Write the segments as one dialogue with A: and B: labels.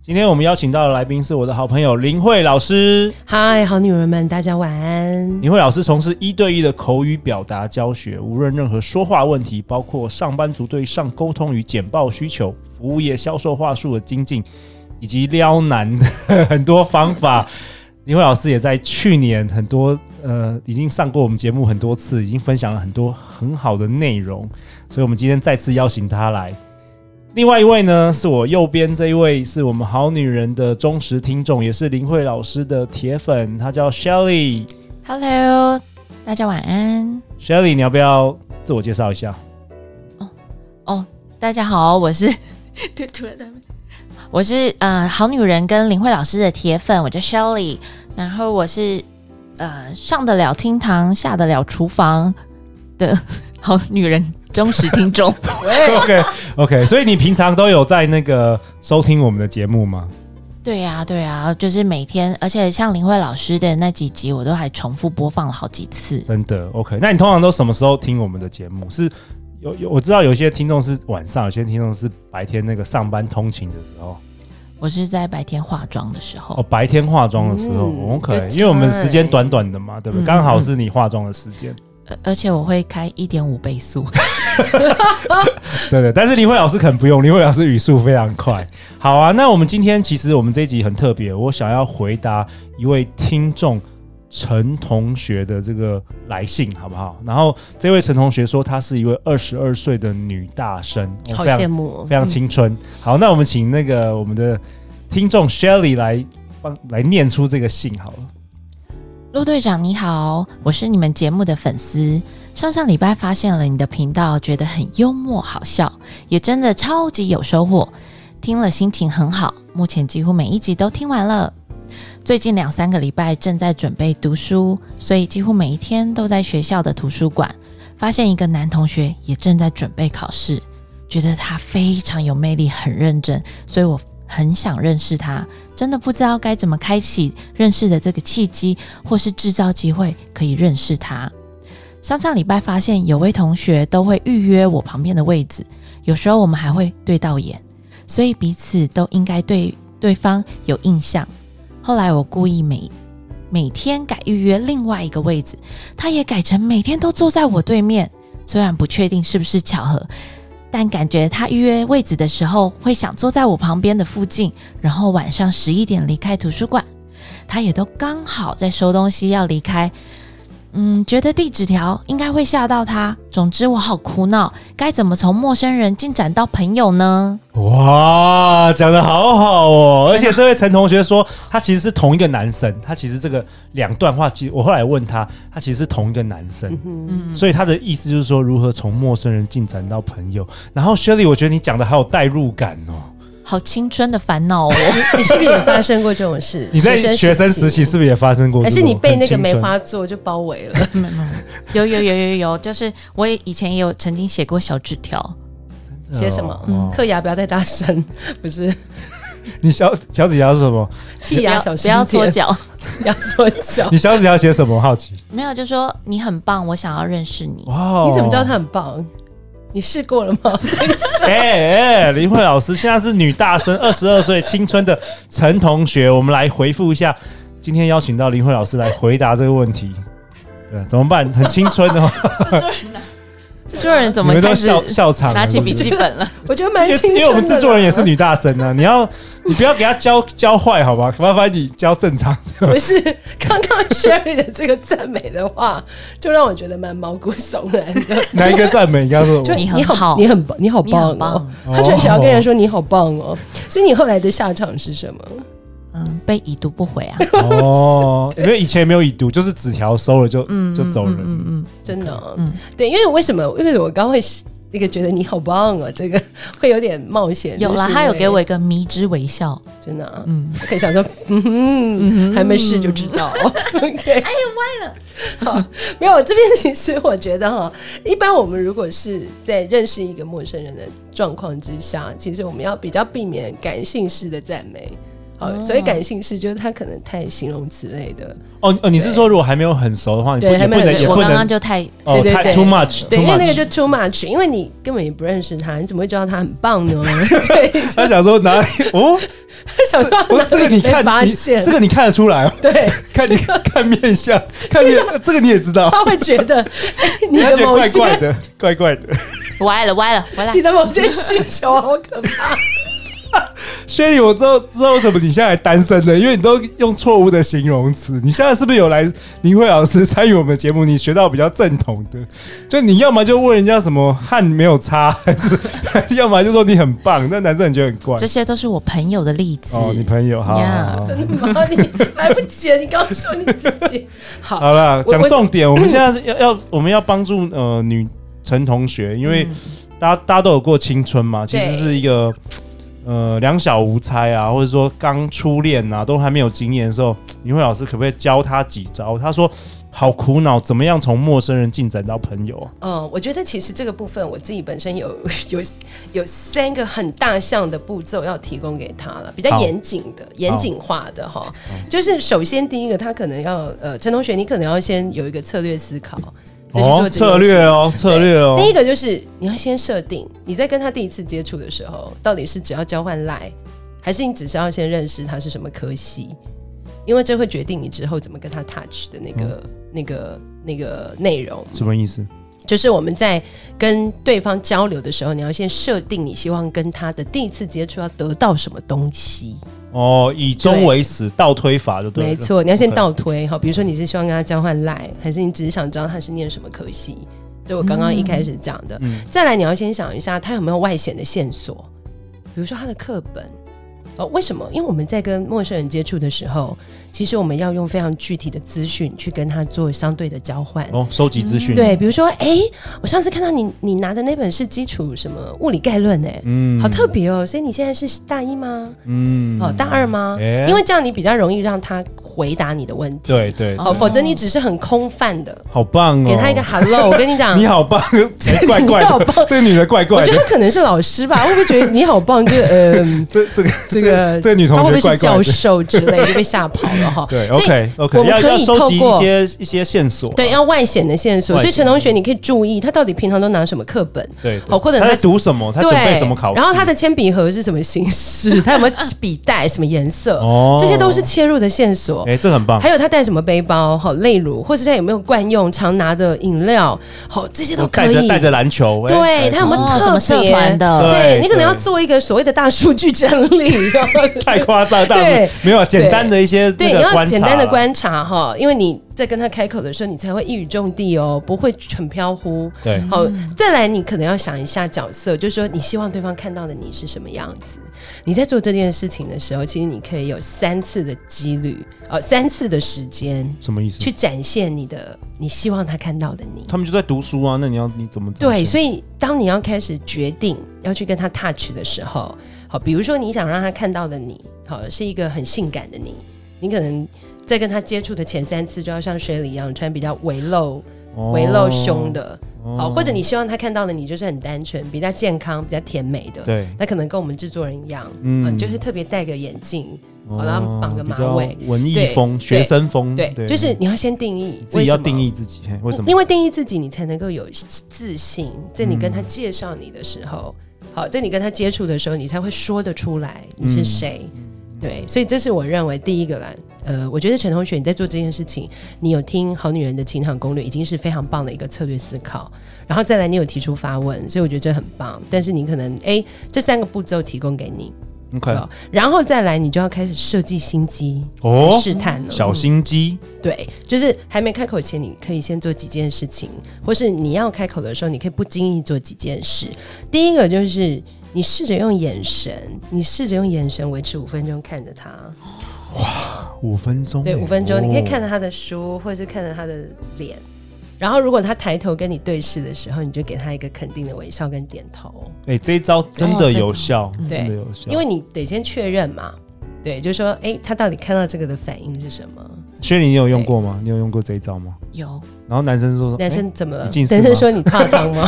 A: 今天我们邀请到的来宾是我的好朋友林慧老师。
B: 嗨，好女人们，大家晚安。
A: 林慧老师从事一对一的口语表达教学，无论任何说话问题，包括上班族对上沟通与简报需求、服务业销售话术的精进，以及撩男的很多方法。 林慧老师也在去年很多呃已经上过我们节目很多次，已经分享了很多很好的内容，所以我们今天再次邀请她来。另外一位呢，是我右边这一位，是我们好女人的忠实听众，也是林慧老师的铁粉，她叫 Shelly。
C: Hello，大家晚安。
A: Shelly，你要不要自我介绍一下？
C: 大家好，我是 对突然，我是呃好女人跟林慧老师的铁粉，我叫 Shelly，然后我是呃上得了厅堂，下得了厨房的 好女人忠实听 众。
A: OK OK，所以你平常都有在那个收听我们的节目吗？
C: 对呀、对呀、就是每天，而且像林慧老师的那几集，我都还重复播放了好几次。
A: 真的 OK，那你通常都什么时候听我们的节目？是有有我知道有些听众是晚上，有些听众是白天那个上班通勤的时
C: 哦
A: 候，
C: 我是在白天化妆的时候
A: 哦，，白天化妆的时候、哦
B: 嗯
A: OK，
B: good
A: 因为我们时间短短的嘛，对不对？
C: 嗯
A: 刚好是你化妆的时间，
C: 呃而且我会开一点五倍速。
A: 对对，但是林慧老师可能不用，林慧老师语速非常快。好啊，那我们今天其实我们这一集很特别，我想要回答一位听众陈同学的这个来信，好不好？然后这位陈同学说，她是一位二十二岁的女大生，我
B: 好
A: 非常
B: 羡慕哦，
A: 非常青春。好，那我们请那个我们的听众 Shelly 来帮来念出这个信好了。
C: 陆队长你好，我是你们节目的粉丝。上上礼拜发现了你的频道，觉得很幽默好笑，也真的超级有收获，听了心情很好。目前几乎每一集都听完了。最近两三个礼拜正在准备读书，所以几乎每一天都在学校的图书馆。发现一个男同学也正在准备考试，觉得他非常有魅力，很认真，所以我很想认识他。真的不知道该怎么开启认识的这个契机，或是制造机会可以认识他。上上礼拜发现有位同学都会预约我旁边的位置，有时候我们还会对到眼，所以彼此都应该对对方有印象。后来我故意每每天改预约另外一个位置，他也改成每天都坐在我对面。虽然不确定是不是巧合，但感觉他预约位置的时候会想坐在我旁边的附近，然后晚上十一点离开图书馆。他也都刚好在收东西要离开。嗯，觉得递纸条应该会吓到他。总之，我好苦恼，该怎么从陌生人进展到朋友呢？
A: 哇，讲的好好哦！而且这位陈同学说，他其实是同一个男生，他其实这个两段话，其实我后来问他，他其实是同一个男生。
B: 嗯，
C: 嗯，
A: 所以他的意思就是说，如何从陌生人进展到朋友。然后 Shirley，我觉得你讲的好有代入感哦。？
C: 好青春的烦恼哦。
B: 你是不是也发生过这种事
A: 你在学生时期是不是也发生过这
B: 还
A: 种？
B: 哎是你被那个
A: 很青
B: 梅
A: 春
B: 花座就包围 了？
C: 有有有有有，就是我也以前也有曾经写过小纸条，
B: 写什么
A: 嗯
B: 刻牙不要太大声， 不是
A: 你小小指条是什么？
B: 剔
C: 不
B: 牙
C: 要
B: 小
C: 不
B: 心
C: 要搓
B: 点，
C: 脚，
B: 不要搓脚。
A: 你小指条写什么？好奇。
C: 没有就说你很棒，我想要认识你。
A: 哇哦
B: 你怎么知道他很棒？你试过了 吗？
A: 哎哎、林慧老师现在是女大 生，二十二岁，青春的陈同学，我们来回复一下，今天邀请到林慧老师来回答这个问题。对，怎么办？很青春 哦，
C: 制作人怎
A: 你
C: 么
A: 们都
C: 开始
A: 笑笑场了，啊
C: 拿起
A: 是不
C: 笔
A: 是
C: 记本了？
B: 我觉得蛮
A: 因为
B: 青春的啦。
A: 因为我们制作人也是女大生啊，你要你不要给他教教坏好吧？麻烦你教正常。
B: 不是刚刚 Sherry 的这个赞美的话，就让我觉得蛮毛骨悚然 的。
A: 哪一个赞美？你告诉我
B: 就。
C: 你很好
B: 好，你很棒，你好
C: 你很
B: 棒哦！
A: 棒
B: 他居然只要跟人说你好棒哦，所以你后来的下场是什么？
C: 嗯，被已读不回啊，
A: 哦，因为以前没有已读，就是纸条收了就
C: 嗯，
A: 就走人。
C: 嗯嗯
B: 真的、哦，
C: 嗯
B: 对，因为为什么？因为我刚会那个觉得你好棒哦，这个会有点冒险。
C: 嗯，有啦，
B: 就是因为
C: 他有给我一个迷之微笑，
B: 真的、啊，
C: 嗯，
B: 我可以想说，嗯，还没试就知 道。OK，哎呀，歪了。好，没有，我这边其实我觉得哈，一般我们如果是在认识一个陌生人的状况之下，其实我们要比较避免感性式的赞美。好，
C: 哦
B: 所以感性式就是他可能太形容词类的，
A: 哦哦，你是说如果还没有很熟的话，你不
B: 对
A: 也
B: 还
A: 不
B: 没有
A: 能
B: 很
A: 也
B: 熟
C: 我
A: 不
C: 刚刚
A: 能
C: 就太
A: 哦
B: 对对
A: 太
B: 对
A: too much
B: 对，
A: too
B: 因为那个就
A: much。
B: too much，因为你根本也不认识他，你怎么会知道他很 棒呢？对，
A: 他想说哪里？ 哦，
B: 想到
A: 我
B: 哪
A: 这个
B: 里
A: 你
B: 被
A: 看，
B: 发
A: 你
B: 现，
A: 这个你看得出 来哦，
B: 对，
A: 看你看面 相，看面这个你也知道，
B: 他会觉 得、哎你
A: 他
B: 的
A: 觉得
B: 某
A: 怪
B: 些
A: 怪的，怪怪的。
C: 歪了歪了回来
B: 你，的某些需求好可怕。
A: 薛礼，我知道知道为什么你现在还单身的，因为你都用错误的形容词。你现在是不是有来林慧老师参与我们的节目？你学到比较正统的，就你要么就问人家什么汗没有擦，还是要么就说你很棒。那男生你觉得很怪
C: 这些都是我朋友的例子。
A: 哦，你朋友好好好
C: Yeah
A: 好
B: 真的吗？你来不及了，你刚说你自己好。
A: 好了，
B: 我
A: 讲重 点，我们现在是要要我们要帮助呃女陈同学，因为大家大家都有过青春嘛，其
B: 嗯对
A: 实是一个呃两小无猜啊，或者说刚初恋啊，都还没有经验的时候，林慧老师可不可以教她几招？她说好苦恼，怎么样从陌生人进展到朋友啊？
B: 嗯，我觉得其实这个部分我自己本身有 有有三个很大项的步骤要提供给他了，比较
A: 好
B: 严谨的、严谨化的哈。就是首先第一个，他可能要呃，陈同学，你可能要先有一个策略思考，再去做这件事
A: 策略哦，策略哦，
B: 第一个就是你要先设定，你在跟他第一次接触的时候，到底是只要交换赖，还是你只是要先认识他是什么科系？因为这会决定你之后怎么跟他 touch 的那个、
A: 嗯
B: 那个、那个内容。
A: 什么意思？
B: 就是我们在跟对方交流的时候，你要先设定你希望跟他的第一次接触要得到什么东西。
A: 哦，以终为始，倒推法就对了。
B: 没错，你要先
A: OK
B: 倒推好，比如说你是希望跟他交换赖，还是你只是想知道他是念什么科系？就我刚刚一开始讲的。
A: 嗯
B: 再来，你要先想一下他有没有外显的线索，比如说他的课本。哦，为什么？因为我们在跟陌生人接触的时候，其实我们要用非常具体的资讯去跟他做相对的交换。
A: 哦，收集资讯。
B: 对，，比如说，哎、我上次看到你你拿的那本是基础什么物理概论、哎、
A: 嗯
B: 好特，别哦。所以你现在是大一吗？
A: 嗯
B: 哦，大二吗？
A: 哎
B: 因为这样你比较容易让他回答你的问题。
A: 对对，
B: 哦，
A: 对
B: 否则你只是很空泛的
A: 好棒哦！
B: 给他一 个 hello。我跟你讲
A: 你，好棒，哎怪怪
B: 嗯你好
A: 的，
B: 棒
A: 这个女的怪
B: 我
A: 怪
B: 觉
A: 的
B: 得，他可能是老师吧，会不会觉得你好棒？就是呃，
A: 这这个
B: 这个
A: 这个女同
B: 他会不
A: 学
B: 会
A: 怪
B: 是
A: 怪
B: 教
A: 的。
B: 授之类就被吓跑 了哈？
A: 对
B: 所以
A: ，OK
B: 我
A: OK，
B: 们
A: 要
B: 可
A: 要
B: 以
A: 收集
B: 透
A: 一
B: 过
A: 些一些线索啊，
B: 对，要外显的线索。
A: 外显
B: 所以陈同学，你可以注意他到底平常都拿什么课本，
A: 对，对
B: 好哦或者
A: 她
B: 她
A: 在读什么，她准备
B: 对，
A: 什么考试，
B: 然后他的铅笔盒是什么形式， 他有没有笔袋，什么颜色，
A: 哦
B: 这些都是切入的线索。
A: 哎，这很棒，
B: 还有他带什么背包，好，例如或者他有没有惯用常拿的饮料，好，这些都可
A: 带着
B: 以。
A: 带着篮球，哎
B: 对
A: 哎
B: 他有没有
C: 哦
B: 特别
C: 什么社团的？
A: 对
B: 对你可能要
A: 对
B: 做一个所谓的大数据整理，
A: 太夸张，大
B: 对
A: 叔没有简单的一些
B: 对，
A: 那
B: 你
A: 个
B: 要
A: 观察啊
B: 简单的
A: 啦
B: 观察哈，因为你在跟他开口的时候，你才会一语中的哦，不会很飘忽。
A: 对
B: 好，再来，你可能要想一下角色，就是说你希望对方看到的你是什么样子。你在做这件事情的时候，其实你可以有三次的几率，呃，三次的时间
A: 什么意思
B: 去？展现你的你希望他看到的你。
A: 他们就在读书啊，那你要你怎么
B: 对，所
A: 以
B: 以当你要开始决定要去跟他 touch 的时候，好，比如说你想让他看到的你，好是一个很性感的你，你可能在跟他接触的前三次就要像 Shelly 一样穿比较微露、
A: 哦
B: 微露胸的，好，或者你希望他看到的你就是很单纯、比较健康、比较甜美的，
A: 哦对，
B: 那可能跟我们制作人一样，
A: 嗯
B: 嗯，就是特别戴个眼镜，
A: 哦
B: 好然后绑个马
A: 比较
B: 尾
A: 文艺
B: 对
A: 风、学
B: 对
A: 生风，
B: 对，就是你要先定义，
A: 嗯自己要定
B: 义。
A: 义自己，嘿为什么？
B: 因为定义自己，你才能够有自信。在你跟他介绍你的时候，
A: 嗯
B: 好，在你跟他接触的时候，你才会说得出来你是谁。
A: 嗯
B: 对，所以这是我认为第一个啦。呃，我觉得陈同学你在做这件事情，你有听《好女人的情场攻略》，已经是非常棒的一个策略思考。然后再来，你有提出发问，所以我觉得这很棒。但是你可能哎，这三个步骤提供给你，
A: OK，
B: 有然后再来，你就要开始设计心机、
A: 哦，
B: 试探了。
A: 小心机，
B: 对，就是还没开口前，你可以先做几件事情，或是你要开口的时候，你可以不经意做几件事。第一个就是你试着用眼神，你试着用眼神维持五分钟看着他，
A: 五分钟，
B: 对，
A: 哎
B: 五分钟，你可以看
A: 哦
B: 着他的书，或者是看着他的脸。然后，如果他抬头跟你对视的时候，你就给他一个肯定的微笑跟点头，
A: 哎，这一招真的
C: 哦这
A: 有
C: 招
A: 效，
B: 对
A: 真的有效。
B: 因为你得先确认嘛。对，就是说，哎，他到底看到这个的反应是什 么？
A: 薛你你有用过吗？你有用过这一招吗？
C: 有
A: 然后男生说，
B: 男
A: 哎
B: 生怎么了？
A: 你
B: 男
A: 近视吗
B: 生说你怕汤 吗？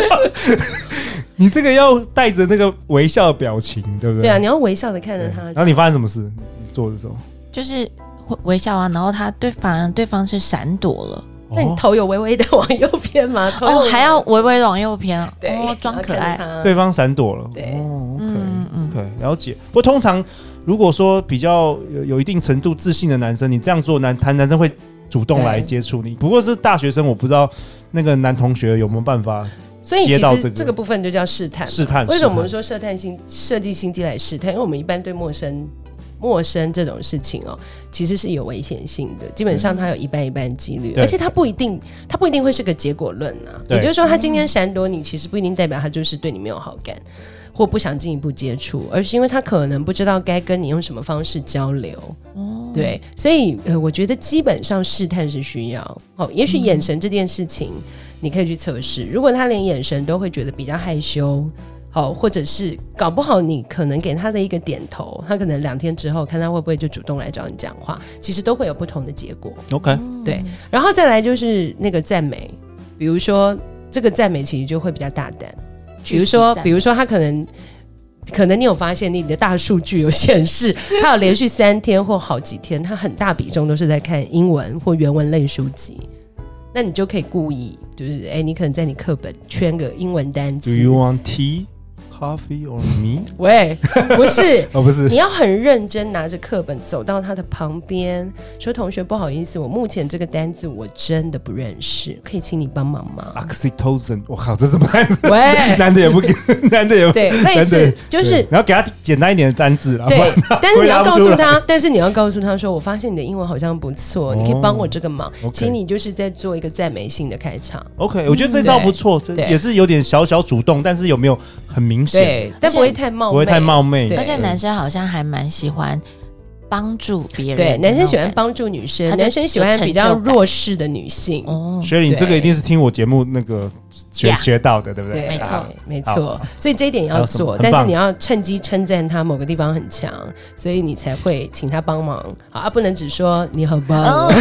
A: 你这个要带着那个微笑的表情，对不对？
B: 对啊，你要微笑的看
A: 对
B: 着他
A: 然。后你发生什么事？你做的时候，
C: 就是微微笑啊，然后他对反而对方是闪躲了，
B: 那你
A: 哦
B: 头有微微的往右偏吗？头有
C: 哦，还要微微往右偏啊，
B: 对
C: 哦，装可爱，。
A: 对方闪躲了，
B: 对
A: 哦，OK，
C: 嗯嗯
A: OK，了解。不过通常如果说比较有有一定程度自信的男生，你这样做男谈男生会主动来
B: 对
A: 接触你。不过是大学生，我不知道那个男同学有没有办法
B: 所以
A: 接
B: 其
A: 到这
B: 实
A: 个
B: 这个部分就叫试探。
A: 试探。
B: 为什么我们
A: 试探
B: 说设探心设计心机来试探？因为我们一般对陌生陌生这种事情哦，其实是有危险性的。基本上它有一半一半几率，
A: 对
B: 而且它不一定，它不一定会是个结果论啊。
A: 对
B: 也就是说，他今天闪躲你，其实不一定代表他就是对你没有好感。或不想进一步接触，而是因为他可能不知道该跟你用什么方式交流。
C: 哦，
B: 对，所以呃，我觉得基本上试探是需要。好、也许眼神这件事情，你可以去测试。如果他连眼神都会觉得比较害羞，好、或者是搞不好你可能给他的一个点头，他可能两天之后看他会不会就主动来找你讲话，其实都会有不同的结果。
A: OK，
B: 对，然后再来就是那个赞美，比如说这个赞美其实就会比较大胆，比如说，比
C: 啊如
B: 如说他可能。可能你有发现，你的大数据有显示，他有连续三天或好几天，他很大比重都是在看英文或原文类书籍。那你就可以故意，就是哎、你可能在你课本圈个英文单
A: Do you
B: 词。
A: want tea, coffee or me？
B: 喂，不是，
A: 哦，不 是
B: 你要很认真拿着课本走到他的旁边，说：“同学，不好意思，我目前这个单字我真的不认识，可以请你帮忙 吗
A: ，oxytocin。我靠，这什么单字？？”
B: 喂，
A: 男的 也不，男的也不
B: 对，类似就是
A: 对然后给他简单一点的单字啦。不
B: 对
A: 然，
B: 但是你要告诉
A: 回答
B: 他，但是你要告诉他说，我发现你的英文好像不错，你可以帮我这个忙，
A: 哦 OK
B: 请你就是在做一个赞美性的开场，
A: OK，我觉得这招
B: 对
A: 不错，这
B: 嗯对
A: 也是有点小小主动，但是有没有很明显？
B: 对，但不会太冒昧，
A: 不会太冒昧。
B: 对
C: 而且男生好像还蛮喜欢帮助别人的
B: 对，
C: 那种感觉，
B: 男生喜欢帮助女生
C: 他，就
B: 男生喜
C: 有
B: 欢
C: 成
B: 比较
C: 就感
B: 弱势的女性，
C: 哦，
A: 所以你
B: 对
A: 这个一定是听我节目那个学
C: Yeah
A: 学到的，对不对？
B: 对，
C: 没错
A: 啊，
B: 没
A: 好
B: 错。所以这一点
A: 还
B: 要
A: 有什么
B: 做，
A: 很
B: 但是
A: 棒
B: 你要趁机称赞他某个地方很强，所以你才会请他帮忙。好啊，不能只说你很棒，
C: 哦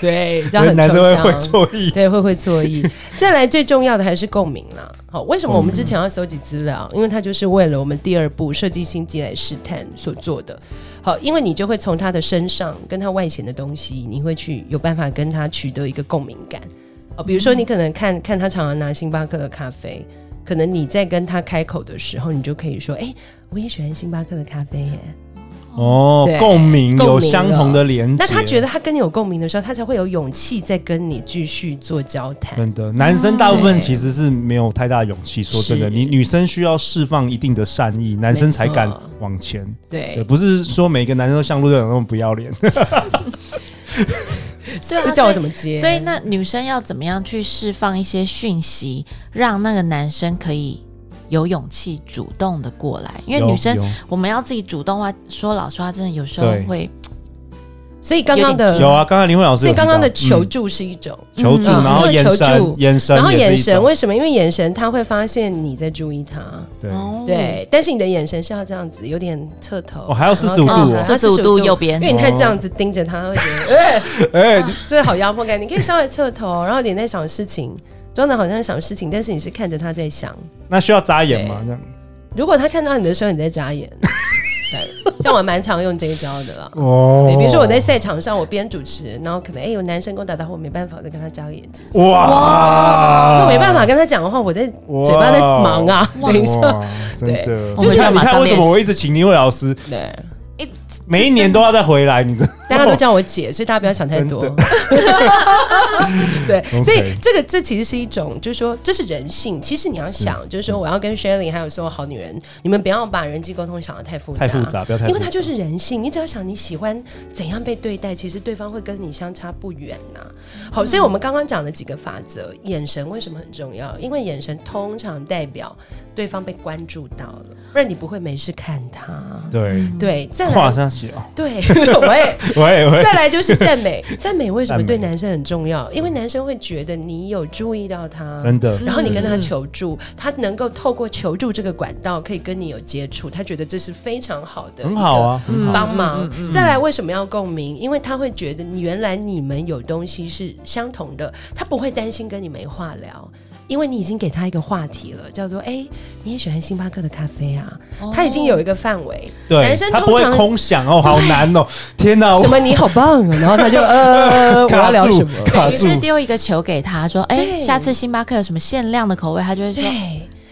B: 对，这
A: 所
B: 样
A: 以
B: 很
A: 男生
B: 抽
A: 会
B: 象。
A: 会错意。
B: 对，会会错意。再来，最重要的还是共鸣啦。好，为什么我们之前要搜集资料？因为它就是为了我们第二步设计心机来试探所做的。好，因为你就会从他的身上跟他外显的东西，你会去有办法跟他取得一个共鸣感。哦，比如说你可能看看他常常拿星巴克的咖啡，可能你在跟他开口的时候，你就可以说：“哎、我也喜欢星巴克的咖啡耶。”
A: 哦
B: 对，
A: 共鸣
B: 共鸣
A: 有相同的连接。
B: 那他觉得他跟你有共鸣的时候，他才会有勇气再跟你继续做交谈。
A: 真的，男生大部分
B: 对
A: 其实是没有太大勇气。说真的，
B: 是
A: 你女生需要释放一定的善意，男生才敢往前。
B: 对
A: 对，，不是说每个男生都像陆队长那么不要脸。
C: 对啊
B: 这叫我怎
C: 么？
B: 么接？
C: 所以那女生要怎么样去释放一些讯息，让那个男生可以有勇气主动的过来？因为
A: 有
C: 女生
A: 有
C: 我们要自己主动话，说老实话，真的有时候
A: 对
C: 会
B: 所以刚刚
C: 有点
B: 的，
A: 有啊，刚才林慧老师
B: 嗯所
A: 有
B: 以
A: 提到
B: 刚刚的求
A: 嗯
B: 助是一种，
A: 求助，
B: 嗯
A: 然后
B: 嗯
A: 眼
B: 求
A: 神
B: 助
A: 眼神，
B: 然后眼
A: 神
B: 神为什么？因为眼神他会发现你在注意他，
A: 对。
C: 哦，
B: 对，但是你的眼神是要这样子，有点侧头，
A: 哦还要45
B: 然后看
A: 度
B: 着
A: 哦
B: 他
C: 四十五度右。边
B: 因，为你太这样子盯着他，会觉得哎，
A: 哎，
B: 这好压迫感。你可以稍微侧头，然后有点在想事情，装的好像想事情，但是你是看着他在想。
A: 那需要眨眼吗？这样
B: 如果他看到你的时候，你在 眨眼，对，像我蛮常用这一招的啦。
A: 哦
B: 对，比如说我在赛场上，我边主持，然后可能哎、有男生跟我打招呼，我没办法，我就跟他眨眼睛。
A: 哇，
B: 那没办法跟他讲的话，我在
A: 哇，
B: 嘴巴在忙啊。
A: 啊哇，
B: 等一下，
A: 真的，
C: 我们
A: 你看
C: 就
A: 你
C: 马
A: 看
C: 上
A: 为什
C: 练
A: 么
C: 习
A: 我一直请林慧老师，
B: 对，
A: 每一年都要再回来，你知道
B: 大家都叫我姐，所以大家不要想太多
A: 真。
B: 对，
A: OK
B: 所以这个这其实是一种，就是说这是人性。其实你要想，就是说我要跟 Shelly 还有所有好女人，你们不要把人际沟通想的太复杂，
A: 太复杂，不要太复
B: 因
A: 杂
B: 为它就是人性，你只要想你喜欢怎样被对待，其实对方会跟你相差不远呐、好，
A: 嗯
B: 所以我们刚刚讲的几个法则，眼神为什么很重要？因为眼神通常代表对方被关注到了，不然你不会没事看他。
A: 对，
B: 对，再
A: 跨
B: 来，
A: 上去哦，
B: 对， 我也
A: 喂喂，
B: 再来就是 赞美，赞美为什
A: 赞
B: 么
A: 美
B: 对男生很重要？因为男生会觉得你有注意到他，
A: 真的，
B: 然后你跟他
C: 嗯
B: 求助，他能够透过求助这个管道可以跟你有接触，他觉得这是非常好的，
A: 很好。啊，嗯很好，
B: 帮忙，再来为什么要共鸣？因为他会觉得你原来你们有东西是相同的，他不会担心跟你没话聊，因为你已经给他一个话题了，叫做“哎、你也喜欢星巴克的咖啡啊？”他已经有一个范围，
A: 对
B: 男生，
A: 他
B: 通
A: 不会
B: 常
A: 空想哦，好难哦，天哪，我
B: 什么你好棒哦，然后他就 呃，我要
A: 卡
B: 聊
A: 住
B: 什么？
A: 卡
C: 于
A: 住
C: 是，丢一个球给他说：“哎、
B: 对
C: 下次星巴克有什么限量的口味？”他就会说
B: 对。：“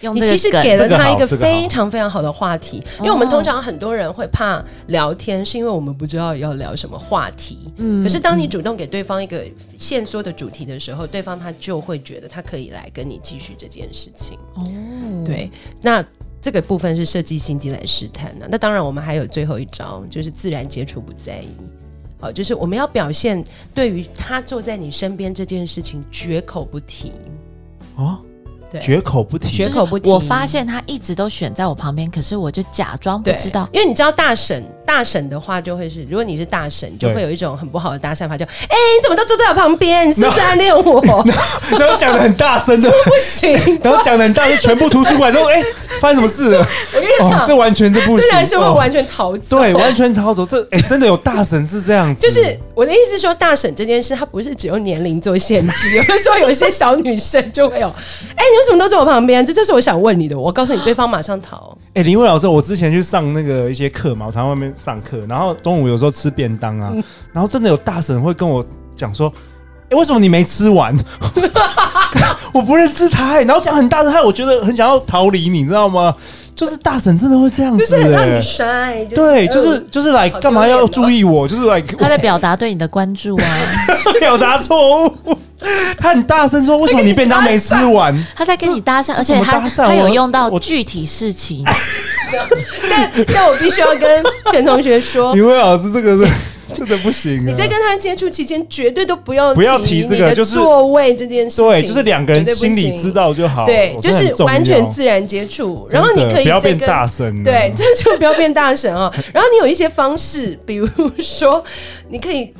C: 用
B: 你
C: 这
B: 其实
C: 个哦梗。
B: 给了
A: 这个
B: 他一
A: 好
B: 个
A: 这个好
B: 非常非常好的话题，因为我们通常很多人会怕聊天，是因为我们不知道要聊什么话题。
C: 嗯
B: 可是当你主动给对方一个线索的主题的时候，对方他就会觉得他可以来跟你继续这件事情。
C: 哦，，
A: 嗯
B: 对，那这个部分是设计心机来试探的、那当然，我们还有最后一招，就是自然接触不在意。好，就是我们要表现对于他坐在你身边这件事情绝口不提，
A: 哦，
B: 对，
A: 绝口不提，
B: 绝口不提。
C: 我发现他一直都选在我旁边，可是我就假装不
B: 对，
C: 知道。
B: 因为你知道大婶，大婶的话就会是，如果你是大婶，就
A: 对
B: 会有一种很不好的搭讪法，就哎、 你怎么都坐在我旁边？你是不是暗恋我？不
A: 然后讲的很大声的，
B: 行，
A: 然后讲的很大声，全部图书馆都哎，发生什么事了？
B: 我跟你
A: 哦
B: 讲，，
A: 这完全这不行，
B: 这男生会
A: 哦
B: 完全逃走。
A: 对，完全逃走。这哎、真的有大神是这样子，
B: 就是我的意思是说，大婶这件事，它不是只有年龄做限制， 有的时候有一些小女生就会有，哎、你为什么都坐我旁边？这就是我想问你的。我告诉你，对方马上逃。
A: 哎、林慧老师，我之前去上那个一些课嘛，我常在外面上课，然后中午有时候吃便当
B: 嗯
A: 啊，然后真的有大神会跟我讲说。哎、为什么你没吃完？ 我不认识他、欸，然后讲很大声，害我觉得很想要逃离，你知道吗？就是大神真的会这样
B: 就是
A: 子、
B: 很
A: 欸，
B: 让你摔，就是嗯
A: 对，就是就是来
B: 好
A: 干嘛
B: 丢脸
A: 要
B: 哦
A: 注意我？就是来
C: 他在表达对你的关注 啊，
A: 表达错误，他很大声说：“为什么你便当没吃完？”
C: 他在跟你搭讪，而
A: 这
C: 且
A: 怎么
C: 他
A: 搭讪
C: 他有
A: 我
C: 用到
A: 我
C: 具体事情，
B: 但但我必须要跟陈同 学说，
A: 李慧老师，这个是真的不行、啊。
B: 你在跟他接触期间，绝对都不要
A: 不要提这个
B: 你的
A: 就是
B: 座位这件事情，
A: 对，就是两个人心里知道就好。
B: 绝对
A: 我
B: 不
A: 觉
B: 行，
A: 得
B: 对，
A: 很
B: 就是
A: 重要
B: 完全自然接触，然后你
A: 真的
B: 可以
A: 不要
B: 再
A: 变
B: 跟
A: 大啊声。
B: 对，，这就不要变大神哦。 然后你有一些方式，比如说，你可以，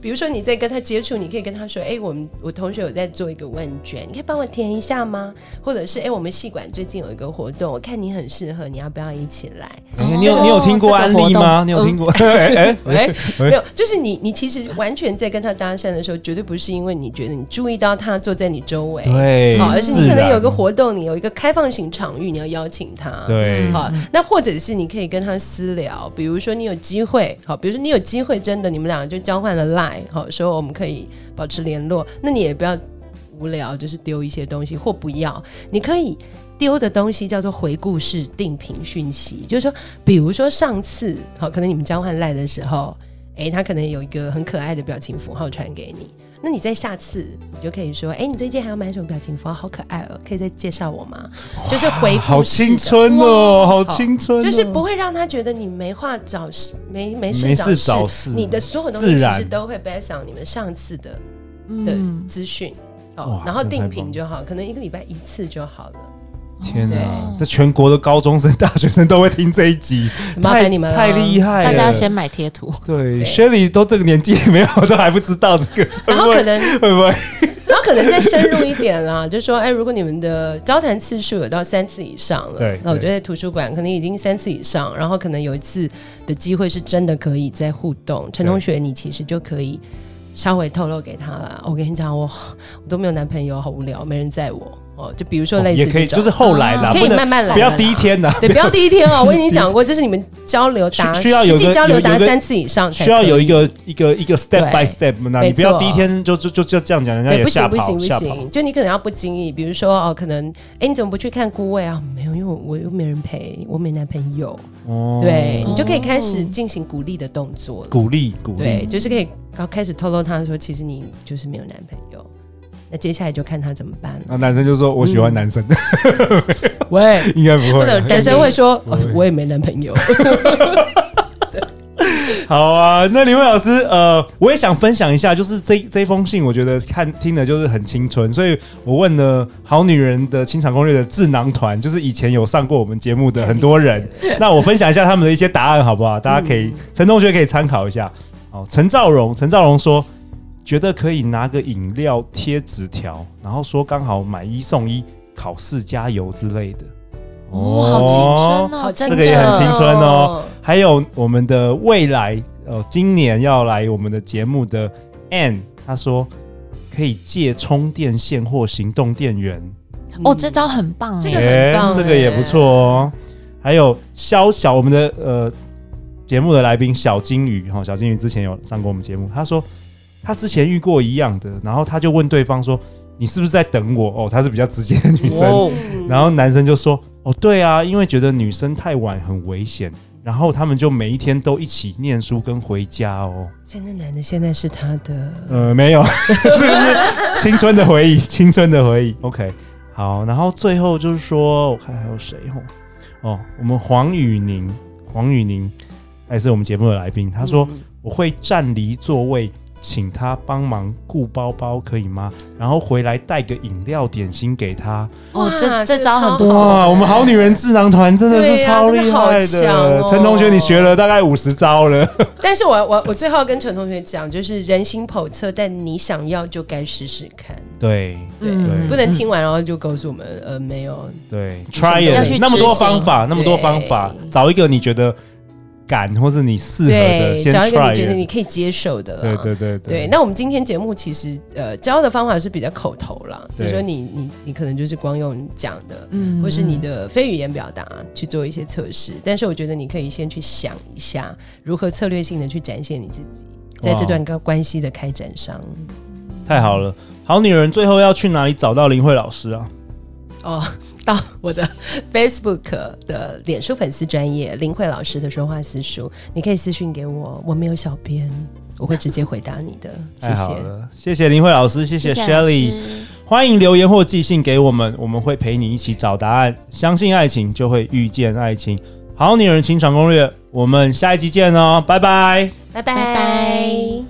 B: 比如说你在跟他接触，你可以跟他说：“哎、我们我同学有在做一个问卷，你可以帮我填一下吗？”或者是：“哎、我们系馆最近有一个活动，我看你很适合，你要不要一起来
A: 哎你有你有听过安利吗？
B: 嗯
A: 你有听 过？哎哎？”
B: 喂，
A: 喂
B: 没有，就是你，你其实完全在跟他搭讪的时候，绝对不是因为你觉得你注意到他坐在你周围，
A: 对，
B: 好，而是
A: 自
B: 你可
A: 然
B: 能有一个活动，你有一个开放型场域，你要邀请他，
A: 对，
B: 好，那或者是你可以跟他私聊，比如说你有机会，好，比如说你有机会真的你们两个就交换了 line，好，说我们可以保持联络，那你也不要无聊，就是丢一些东西或不要，你可以。丢的东西叫做回顾式定频讯息，就是说，比如说上次，好，可能你们交换 line 的时候，诶，他可能有一个很可爱的表情符号传给你，那你在下次你就可以说，诶，你最近还要买什么表情符号？好可爱哦，可以再介绍我吗？就是回顾式的
A: 好青春哦，好青春哦，
B: 就是不会让他觉得你没话找事，没没事
A: 没
B: 找
A: 事
B: 事，
A: 找事，
B: 你的所有东西
A: 自
B: 其
A: 然
B: 实都会 based on 你们上次的的
C: 嗯，
B: 资讯。哦
A: 哇，
B: 然后
A: 真的太
B: 定
A: 棒
B: 频就好，可能一个礼拜一次就好了。
A: 天哪
C: 对，
A: 这全国的高中生、大学生都会听这一集，
B: 麻
A: 太
B: 烦你们哦
A: 太厉
B: 害。
A: 害了。
C: 大家先买贴图，
A: 对
B: 对
A: ，Shelly 都这个年纪没有，都还不知道这个，
B: 然后可能，
A: 会不会
B: 然后可能再深入一点啦， 就说，哎，如果你们的交谈次数有到三次以上了，
A: 对
B: 那我觉
A: 对
B: 得在图书馆可能已经三次以上，然后可能有一次的机会是真的可以再互动。陈同学，你其实就可哦以稍微透露给他了。我跟你讲，我我都没有男朋友，好无聊，没人载我。哦，就比如说类似
A: 也可以，
B: 这种啊
A: 就是后来啦，
B: 可
A: 不
B: 以
A: 能
B: 慢慢来，
A: 不要第一天呐，
B: 对，不要第一天哦，我已 经讲过，这是你们交流达
A: 需需要有
B: 实际
A: 个
B: 交流
A: 有
B: 达
A: 有个
B: 三次以上才
A: 需要有一
B: 可以。
A: 个一个一个 step
B: 对
A: by step 那
B: 没
A: 你不要
B: 错
A: 第一天就就就就这样讲，人家
B: 对，
A: 也
B: 不
A: 吓
B: 行不
A: 跑
B: 行不
A: 吓跑。
B: 行，就你可能要不经意，比如说哦，可能哎，你怎么不去看姑位啊？没有，因为我我又没人陪，我没男朋友。
A: 哦
B: 对
C: 哦
B: 你就可以开始进行鼓励的动作了。
A: 鼓励鼓励，
B: 对，就是可以刚开始透露他说，其实你就是没有男朋友。那接下来就看他怎么办了。
A: 那男生就说我喜欢男生，
B: 喂，
A: 应该不会
B: 嗯不能
A: 吧。
B: 男生会说、哦
A: 对
B: 我也没男朋友。
A: 好啊，那林慧老师，呃，我也想分享一下，就是这这封信，我觉得看听的就是很青春，所以我问了《好女人的清场攻略》的智囊团，就是以前有上过我们节目的很多 人，那我分享一下他们的一些答案好不好？大家可
C: 嗯
A: 以，陈同学可以参考一下。哦，陈兆荣，陈兆荣说，觉得可以拿个饮料贴纸条，然后说刚好买一送一，考试加油之类的。
C: 哦，好青春哦，
B: 好
C: 真
B: 青
C: 的
A: 这个也很青春哦
B: 哦。
A: 还有我们的未来，呃，今年要来我们的节目的 Ann，她说可以借充电线或行动电源，
C: 哦，这招很棒
B: 这
C: 哎
B: 个
A: 哎
B: 很棒
A: 这个也不错哦。还有肖小，我们的呃节目的来宾小金鱼哈、小金鱼之前有上过我们节目，他说他之前遇过一样的，然后他就问对方说：“你是不是在等我？”哦，她是比较直接的女嗯生，
B: 哦
A: 然后男生就说：“哦，对啊，因为觉得女生太晚很危险，然后他们就每一天都一起念书跟回家哦。
B: 现在男的现在是他的”
A: 呃，没 有，这个是青春的回忆，青春的回忆。OK，好，然后最后就是说，我看还有谁哦？哦，我们黄宇宁，黄宇宁还是我们节目的来宾，他说、我会站离座位。请他帮忙顾包包可以吗？然后回来带个饮料点心给他，
C: 哦，
B: 哇
C: 这
B: 这
C: 这招很不
B: 招
C: 错
A: 哇，
C: 哎
A: 啊我们好女人智囊团真的
B: 欸对
A: 是
B: 呀
A: 超厉害
B: 这个好强
A: 的，
B: 哦
A: 陈、同学，你学了大概五十招了，
B: 但是我我我最后要跟陈同学讲，就是人心叵测，但你想要就该试试看，
A: 对
B: 对，
A: 对
B: 嗯
C: 嗯
B: 不能听完然后就告诉我们呃没有，
A: 对
B: 要
A: ，try
C: 去
A: it，那么多
C: 执行
A: 方法，那么多方法，找一个你觉得敢或是你适合的，
B: 对，
A: 先
B: 找一个
A: try
B: 你觉得
A: it，
B: 你可以接受的啦。
A: 对对对
B: 对，那我们今天节目其实呃教的方法是比较口头啦，比
A: 对
B: 如说你你你可能就是光用讲的，
C: 嗯
B: 或是你的非语言表达去做一些测试，但是我觉得你可以先去想一下如何策略性的去展现你自己。在这段关关系的开展上，
A: 太好了。好女人最后要去哪里找到林慧老师啊？
B: 哦， 到我的 Facebook 的脸书粉丝专业林慧老师的说话私塾，你可以私讯给我，我没有小编，我会直接回答你的，谢
A: 太好
B: 谢。
A: 了，谢谢林慧老师，谢
C: 谢谢老
A: Shelly。
C: 师
A: 欢迎留言或寄信给我们，我们会陪你一起找答案。相信爱情，就会遇见爱情。好女人情场攻略，我们下一集见哦，拜拜。
B: 拜
C: 拜拜